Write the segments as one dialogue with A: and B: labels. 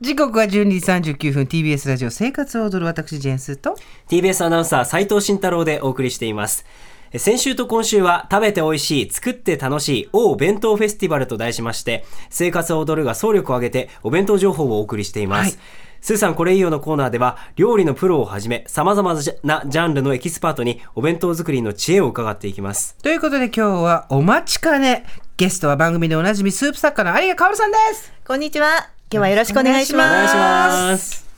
A: 時刻は12時39分 TBS ラジオ生活を踊る私ジェンスーと
B: TBS アナウンサー斉藤慎太郎でお送りしていますえ先週と今週は食べて美味しい作って楽しいお弁当フェスティバルと題しまして生活を踊るが総力を挙げてお弁当情報をお送りしています、
A: はい
B: スーさんこれ以上のコーナーでは料理のプロをはじめ様々なジャンルのエキスパートにお弁当作りの知恵を伺っていきます
A: ということで今日はお待ちかねゲストは番組でおなじみスープ作家の有賀薫さんです
C: こんにちは。今日はよろしくお願いし
B: お願い
C: ま
B: し
C: す。
B: ます。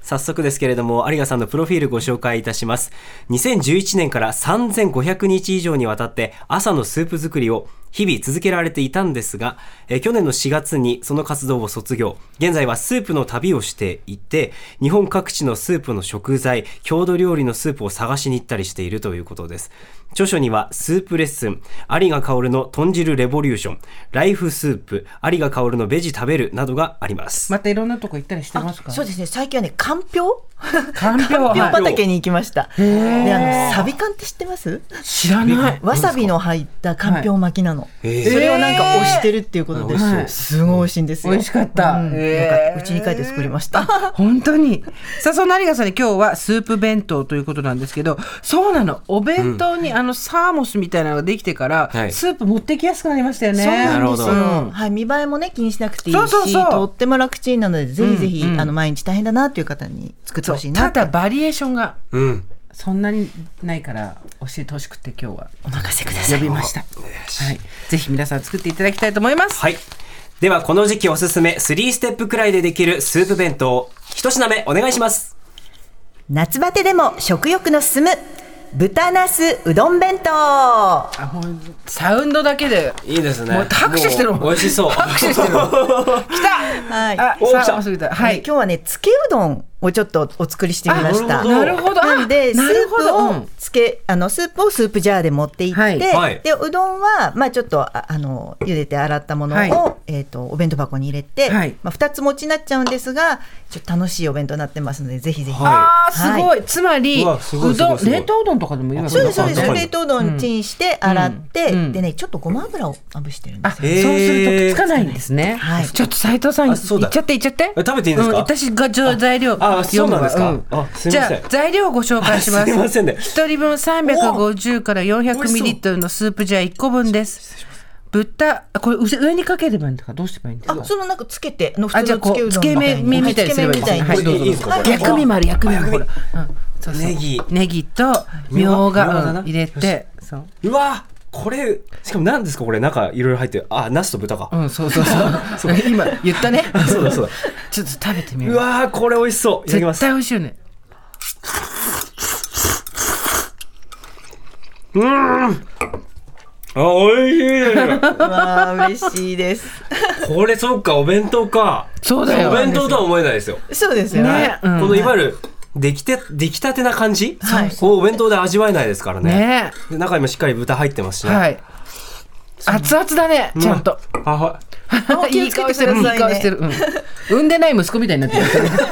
B: 早速ですけれども、有賀さんのプロフィールご紹介いたします。2011年から3500日以上にわたって朝のスープ作りを日々続けられていたんですが、えー去年の4月にその活動を卒業。現在はスープの旅をしていて、日本各地のスープの食材、郷土料理のスープを探しに行ったりしているということです。著書には、スープレッスン、有賀薫の豚汁レボリューション、ライフスープ、有賀薫のベジ食べるなどがあります。
A: またいろんなとこ行ったりして
C: あ
A: ますか
C: そうですね。最近はね、かん ぴょう。
A: かんぴょう
C: かんぴょう
A: はい
C: 畑に行きました。で、あの、サビ缶って知ってます。
A: 知らない
C: わさびの入ったかんぴょう巻きなの。
B: へー
C: それをなんか押してるっていうことで、
A: はい
C: すごい美味しいんですよ。
A: 美味しかった
C: う
A: へ
C: ん
A: ー
C: よかったうちに帰って作りま した。
A: 本当にさあそんな有賀さんに今日はスープ弁当ということなんですけどそうなのお弁当にあのサーモスみたいなのができてから、
B: はい
A: スープ持ってきやすくなりましたよね
C: そうなんです
B: なる
A: ほど
C: よ。はい、見栄えもね、気にしなくていいし、
A: そうそうそう
C: とっても楽ちんなので、ぜひぜひ、
A: うんうん
C: あの、毎日大変だなっていう方に作って
A: そ
C: ほ
A: う
C: しいな
A: た
C: って。
A: だバリエーションが
B: うん。
A: そんなにないから教えてほしくて今日は
C: お任せくだ
A: 呼びました、はい、ぜひ皆さん作っていただきたいと思います、
B: はい。では、この時期おすすめ、3ステップくらいでできるスープ弁当、一品目お願いします。
C: 夏バテでも食欲の進む豚ナスうどん弁当
A: あほんサウンドだけで
B: いいですね
A: もう拍手してるもん
B: 美味しそう。
A: 拍手してる来た
C: はい
A: あ
B: お
A: サ
B: 来
A: ー
B: た
A: モスみたいはい
C: 今日はねつけうどんをちょっとお作りしてみました
B: あ
A: なるほど
C: なんでス
A: なる
C: ー
A: ほ
C: プ
A: ど
C: をつけあのスープをスープジャーで持っていって、
A: はい
B: はい
C: でうどんはまあちょっとああの茹でて洗ったものを、
A: はい
C: えっ、とお弁当箱に入れて、
A: はい
C: まあ二つ持ちになっちゃうんですが、ちょっと楽しいお弁当になってますのでぜひぜひ。
B: はい
A: あーすごい、
C: は
A: つまり
B: うわすごいう
A: どん
B: すごいすごい
A: 冷凍うどんとかでもいいわけ
C: そうですそう
B: 中
C: です
B: に
C: 冷凍うどんチンして洗って、
A: うんうん
C: でねちょっとごま油をまぶしてるんで
A: あ、
C: す
A: そ
C: よ
A: うするとくっつかないんですね。
C: はい
A: ちょっと斉藤さん、い
B: あそう
A: っ
B: だ
A: ちゃっていっちゃって。
B: え食べていいんですか
A: う私がじょ材料
B: ああ
A: 読むわ。
B: そうなんですかあすいません
A: じゃあ材料をご紹介しま
B: あ
A: す。
B: すいませんね
A: 一人分350から400ミリリットルのスープジャー一個分です。豚、あこれ上にかければいいんですか。どうすればいいんですか
C: あ、。そのなんかつけて、あの
A: あ
C: 普
A: じ
C: 通
A: ゃあ
C: の
A: こ
C: つけう
A: う
C: ど
A: つ
C: ん
A: け
C: みたい
A: 麺
C: に
A: 麺みたいにすればいいんですね。
C: は
A: はい
C: つけ
A: どうぞ
B: いいです
A: どう
B: か
A: ぞ
B: これ
A: 薬味もある薬味もほら。うんそうそう
B: ネギ。
A: ネギとみ
B: み
A: ょ
B: ょ
A: う
B: うがみょうがだ
A: が
B: な
A: うん入れて。そう。
B: うわこれ、しかも何ですかこれ、中いろいろ入ってる。あ、ナスと豚
A: う
B: か。
A: んそうそう そう。今言ったね。
B: そうだそうだ。
A: ちょっと食べてみよ
B: う
A: う。
B: わこれ美味しそう。いただきま
A: 絶
B: す。
A: 対美味しいよね。
B: あ、美味しいです。
C: わあ、嬉しいです。
B: これ、そっか、お弁当か。
A: そうだよ
B: お弁当とは思えないですよ。
C: そうですよ
A: ね
C: ね。
A: うん
B: このいわゆる、出来て、出来たてな感じ
C: はい
B: をお弁当で味わえないですからね。
A: ね
B: で中にもしっかり豚入ってますしね。
A: はい。熱々だね、ちゃんと。
B: あはい
C: あ気
A: い
C: を
A: い
C: つけ
A: 顔
C: て
A: して
C: く
A: る、
C: だ
A: いい
C: さいね
A: 顔してる。うん産んでない息子みたいにな ってる。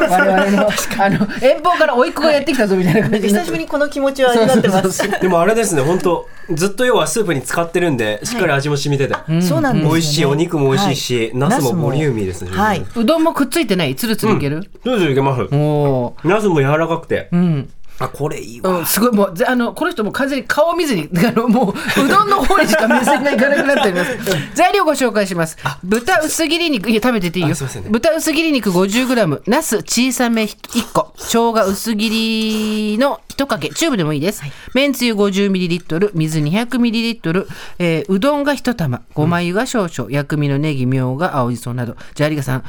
A: 我々の、あの、遠方から甥いっ子がやってきたぞみたいな感じになっ
C: 久してぶりにこの気持ちは味わってます。
B: でもあれですね、本当ずっと要はスープに使ってるんで、しっかり味も染みてて。
C: そうなんですよね。
B: 美味しいお肉も美味しいし
C: はい
B: ナスもボリューミーですね
C: はい。
A: うどんもくっついてない、つるつるいける
B: どうぞいけます。
A: おー
B: ナスも柔らかくて。
A: うん。
B: あ、これいいわ。
A: うん、すごい、もう、ぜあの、この人もう完全に顔見ずに、あの、もう、うどんの方にしか目線がいかなくなっております。材料ご紹介します。豚薄切り肉、いや、食べてていいよ。
B: あすいませんね
A: 豚薄切り肉 50g、ナス小さめ1個、生姜薄切りの1かけ、チューブでもいいです。めんつゆ 50ml、水 200ml、えーうどんが1玉、ごま油が少々、薬味のネギ、みょうが、青じそなど。じゃあ、有賀さん、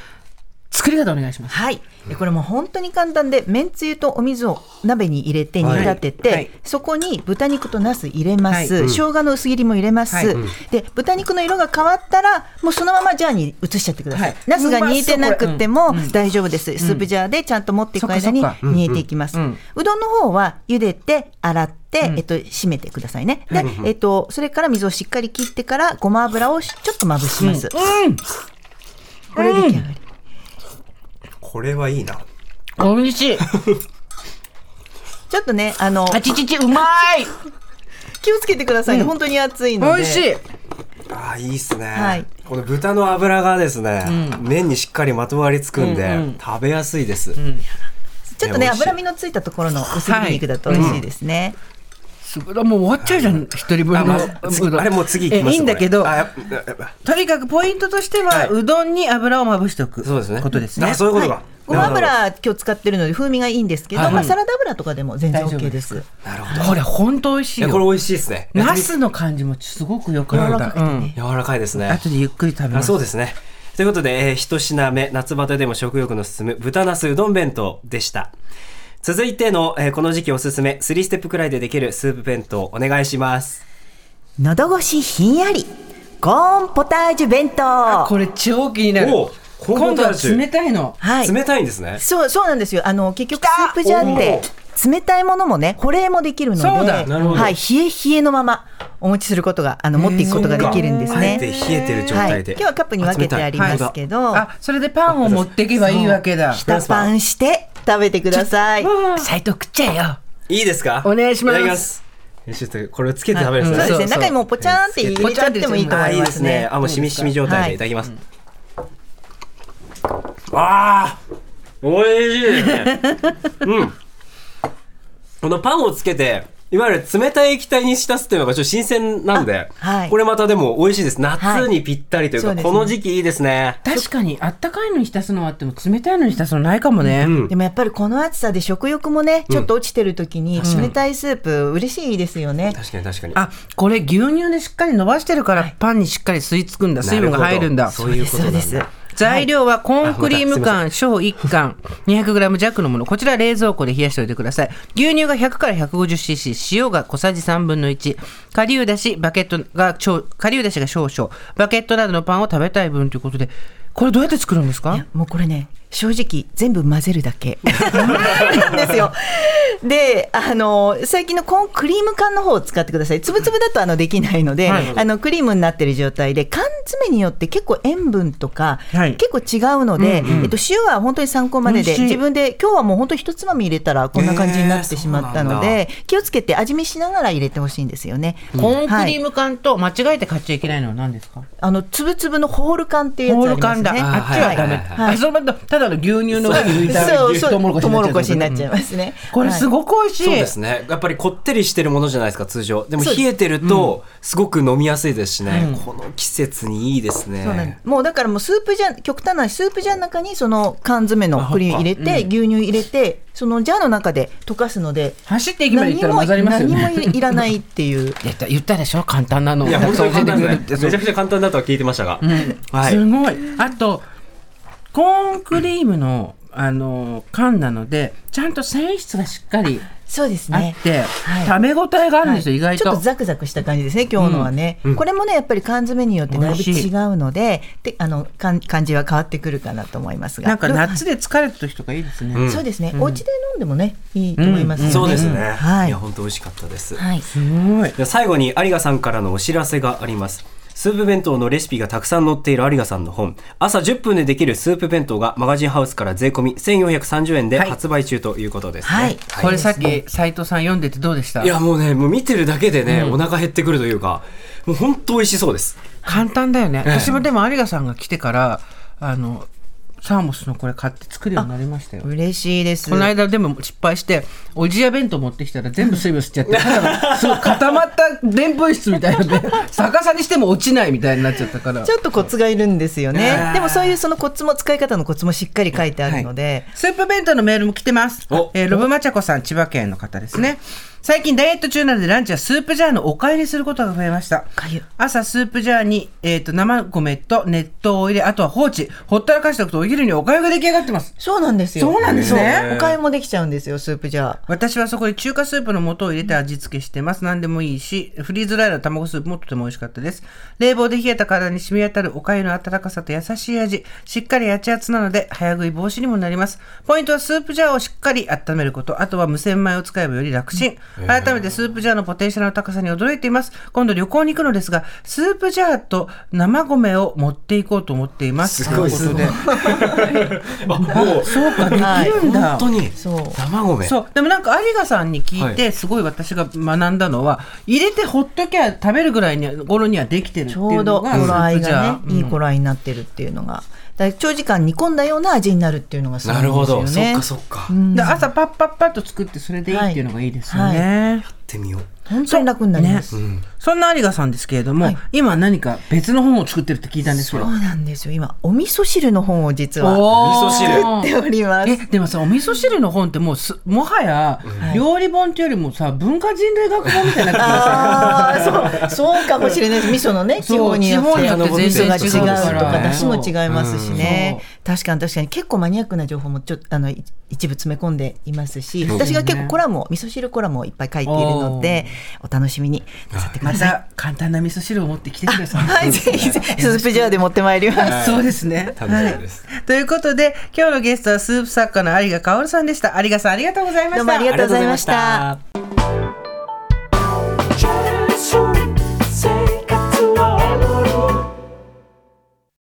A: 作り方お願いします。
C: はい、えこれもう本当に簡単で、めんつゆとお水を鍋に入れて煮立てて、
A: はいはい
C: そこに豚肉とナス入れます、
A: は
C: 生姜の薄切りも入れます、
A: はい
C: で豚肉の色が変わったら、もうそのままジャーに移しちゃってください。
A: はい
C: ナスが煮えてなくて
A: う
C: も
A: まそうこれうん
C: 大丈夫です、スープジャーでちゃんと持っていく間に
A: そっかそっか
C: 煮えていきます。
A: う
C: うん
A: うん
C: どんの方は茹でて洗って、えっと締めてくださいね。で、えっとそれから水をしっかり切ってからごま油をしちょっとまぶします。これ出来上がり。
B: これはいいな。
A: おいしい。
C: ちょっとねあの
A: あちちち、うまい
C: 気をつけてくださいね、
A: うん
C: 本当に暑いので
A: おいしい。
B: あ、いいっすね。
C: はい
B: この豚の脂がですね、麺にしっかりまとわりつくんで、
A: うんうん
B: 食べやすいです、
C: ちょっと
B: い
C: ね
B: や美味しい
C: 脂身のついたところの薄切り肉だと美味しいですね、
A: すごいもう終わっちゃうじゃん一人分
B: あま
A: の
B: あ次あれもう次いきま
A: え
B: す
A: いいんだけど
B: これあやっぱやっぱ
A: とにかくポイントとしては、
B: はいう
A: どんに油をまぶしておく
B: そうですね
A: ことですね
B: あそういうことか、
C: はいごま油今日使ってるので風味がいいんですけど、
B: はい
C: まあ、サラダ油とかでも全
A: 大
C: 然
A: 丈夫
C: OK
A: で
C: ですす
B: なるほど
A: これ本当美味しい
B: いや
A: よ
B: これ美味しいですね
A: ナスの感じもすごくよか
B: 柔
A: っ
B: ら
A: た
B: かくて
A: うん
B: 柔らかいですね
A: 後でゆっくり食べま
B: あ
A: す
B: そうですねということで、えー一品目夏バテでも食欲の進む豚ナスうどん弁当でした続いての、えーこの時期おすすめ3ステップくらいでできるスープ弁当お願いします
C: 喉越しひんやりコーンポタージュ弁当
A: これ超気になる
B: おうコーンポ
A: 今度
B: タ
A: は
B: ージュ
A: 冷たいの
C: はい
B: 冷たいんですね
C: そうそうなんですよあの結局スープジャーって冷たいものもね保冷もできるので
A: そうだ
B: なるほど
C: はい、冷え冷えのままお持ちすることがあの持っていくことができるんです
B: あえ
C: ね
B: て。冷えてる状
C: はい、
B: 態で、
C: 今日はカップに分けてありますけど、
A: あそれでパンを持っていけばいいわけだ
B: そう
C: 下パンして食べてください。
A: 斎藤食っちゃえよ
B: いいですか
A: お願いします
B: ただよしちょっとこれをつけて食べるん
C: そう
B: です
C: で
B: ね、
A: はそ
C: すね。
A: うそう
C: 中にもうポチャーンって入れちゃってもいいと
B: あ
C: 思
B: い
C: い
B: い
C: ま
B: です
C: すね
B: ね。あもうしみしみ状態
C: は
B: で
C: い
B: いただきます、あーおいしいですね うんこのパンをつけていわゆる冷たい液体に浸すというのがちょっと新鮮なんで、
C: あはい
B: これまたでも美味しいです
C: は
B: 夏
C: い
B: にぴったりというか、
C: そうです
B: こ
C: ね
B: の時期いいですね
A: 確かにあったかいのに浸すのはあっても冷たいのに浸すのないかもね、
C: でもやっぱりこの暑さで食欲もね、ちょっと落ちてる時に冷たいスープ嬉しいですよね。
B: 確かに確かに
A: あこれ牛乳でしっかり伸ばしてるから、パンにしっかり吸い付くんだ水分が入るんだ
B: そういうことなんだ
C: そうです
A: 材料はコーンクリーム
B: は
A: 缶小1缶 200g 弱のものこちら冷蔵庫で冷やしておいてください牛乳が100から 150cc 塩が小さじ3分の1顆粒だしバケットが超顆粒だしが少々バケットなどのパンを食べたい分ということでこれどうやって作るんです
C: い
A: か
C: やもうこれね正直全部混ぜるだけ なんですよであの最近のコーンクリーム缶の方を使ってくださいつぶつぶだとあのできないので、
A: はい
C: あのクリームになってる状態で缶詰によって結構塩分とか、
A: はい
C: 結構違うので、えっと、塩は本当に参考まで
A: 美
C: で
A: 味しい
C: 自分で今日はもう本当一つまみ入れたらこんな感じになってしまったの
B: えーそうな
C: で、気をつけて味見しながら入れてほしいんですよね。
A: コーンク
C: は
A: リー
C: い、
A: ム缶と間違えて買っちゃいけないのは何ですか、
C: あのつぶつぶのホール缶っていうや
A: ホ
C: つ
A: ー
C: あ
A: ル
C: りま
A: 缶
C: す
A: だ、
C: ね。
A: あっちはダメ、
B: はい
C: はい
A: あそれまたただの牛乳の上に抜いた
C: そうそう
A: トウモロコシ
C: トウモロコシになっ
A: ゃう
C: ちゃいますね。
A: これすごく美味しい、
B: そうですねやっぱりこってりしてるものじゃないですか通常でも
C: そうで
B: 冷
C: す
B: えてるとすごく飲みやすいですしね、この季節にいいです
C: そうなんで
B: ね
C: すもうだからもうスープじゃ極端なスープジャーの中にその缶詰のクリーム入れて、牛乳入れてそのジャーの中で溶かすので
A: 走って駅まで
C: 何
A: 行ったら
C: も
A: 混ざりますよ
C: 何も
A: ね
C: いいらないっていう
A: 言った言ったでしょ簡単なの
B: いや本当に簡単
A: 教えてくれ
B: で
A: るって
B: すねめちゃくちゃ簡単だとは聞いてましたが、はい
A: すごいあとコーンクリームの、あの缶なのでちゃんと繊維質がしっかり
C: そうです
A: あ
C: ね
A: って、
C: はい
A: 食べ応えがあるんですよ、
C: はい
A: 意外と
C: ちょっとザクザクした感じですね今日のはね、これもねやっぱり缶詰によってだいぶ違うのでであの感感じは変わってくるかなと思いますが
A: なんか
C: どう
A: 夏で疲れた時とかいいですね、
B: うん
C: そうですね、お家で飲んでもねいいと思いますよね、
B: そうですね、、
C: はいい
B: や本当美味しかったです、
C: はい
A: すごい
B: では最後に有賀さんからのお知らせがありますスープ弁当のレシピがたくさん載っている有賀さんの本朝10分でできるスープ弁当がマガジンハウスから税込み1430円で
A: はい
B: 発売中ということですね、
C: はい
A: これさっき斉藤さん読んでてどうでした
B: いやもうねもう見てるだけでね、お腹減ってくるというかもう本当美味しそうです
A: 簡単だよね、私もでも有賀さんが来てからあのサーモスのこれ買って作るようになりましたよ
C: 嬉しいです
A: この間でも失敗しておじや弁当持ってきたら全部水分吸っちゃっ て肌がすごい固まったでんぷん質みたいなね逆さにしても落ちないみたいになっちゃったから
C: ちょっとコツがいるんですよ
B: う
C: ね
B: ん。
C: でもそういうそのコツも使い方のコツもしっかり書いてあるので。
A: スープ弁当のメールも来てます
B: お。
A: えーロブマチャコさん、千葉県の方ですね。最近ダイエット中なのでランチはスープジャーのお粥にすることが増えました
C: お粥。
A: 朝スープジャーに、えー、と生米と熱湯を入れ、あとは放置。ほったらかしておくとお昼にお粥が出来上がってます。
C: そうなんですよ。
A: そうなんですね
C: そうお買いもできちゃうんですよ、スープじゃ。
A: 私はそこに中華スープの素を入れて味付けしてます。何でもいいし、フリーズドライの卵スープもとても美味しかったです。冷房で冷えた体に染み当たるお粥の温かさと優しい味。しっかり熱々なので、早食い防止にもなります。ポイントはスープジャーをしっかり温めること。あとは無洗米を使えばより楽ちん。改めてスープジャーのポテンシャルの高さに驚いています。今度旅行に行くのですが、スープジャーと生米を持っていこうと思っています。
B: すごい
A: とうことで
B: あもう
A: そうか、できるんだ。
B: 本当に
C: そう
B: 生米
A: そうでもなんか有賀さんに聞い
B: は
A: てすごい私が学んだのは、入れてほっときゃ食べるぐらいに頃にはできてるってい
C: ち
A: うのが
C: ょ
A: ス
C: うど頃合
A: ー
C: い
A: プジャー
C: がね、いい頃合いになってるっていうのがだから長時間煮込んだような味になるっていうのがすごい
B: なん
C: で
B: る
C: す
B: ほど、
C: よ
B: そっ
C: ね
B: かそっか、
C: うん
A: で朝パッパッパッと作ってそれでいいっていうのがいいですよね。
B: やってみよう
C: 本当に楽になります、
A: そんな有賀さんですけれども、今何か別の本を作ってるって聞いたんですけ
C: そ
A: ど
C: う。なんですよ今お味噌汁の本を実は
A: お
B: 味噌汁
C: 作っております
A: えでもさお味噌汁の本ってもうすもはや料理本っていうよりもさ文化人類学本みたいな気が さ
C: ああ、そう、そうかもしれないです。味噌のね、地
A: そう
C: 方によって
A: 地方によ
B: って全
C: 味噌
B: 然
C: が
B: 違う
C: 違うと
B: から
C: か、
B: ね
C: 出汁も違いますしね
A: うん。
C: 確かに確かに結構マニアックな情報もちょっとあのい一部詰め込んでいますし、
A: ん
C: 私が結構コラムを味噌汁コラムをいっぱい書いているので、お楽しみになさってくだ
A: ま
C: さ い。
A: た簡単な味噌汁を持ってきてください。
C: はい、ぜひぜひスープジャーで持ってまいりま す。
A: そうですね。
B: 楽しみです
A: はいということで、今日のゲストはスープ作家の有賀薫さんでした。有賀さん、ありがとうございました。
C: どうもありがとうございました
B: ありがとうございました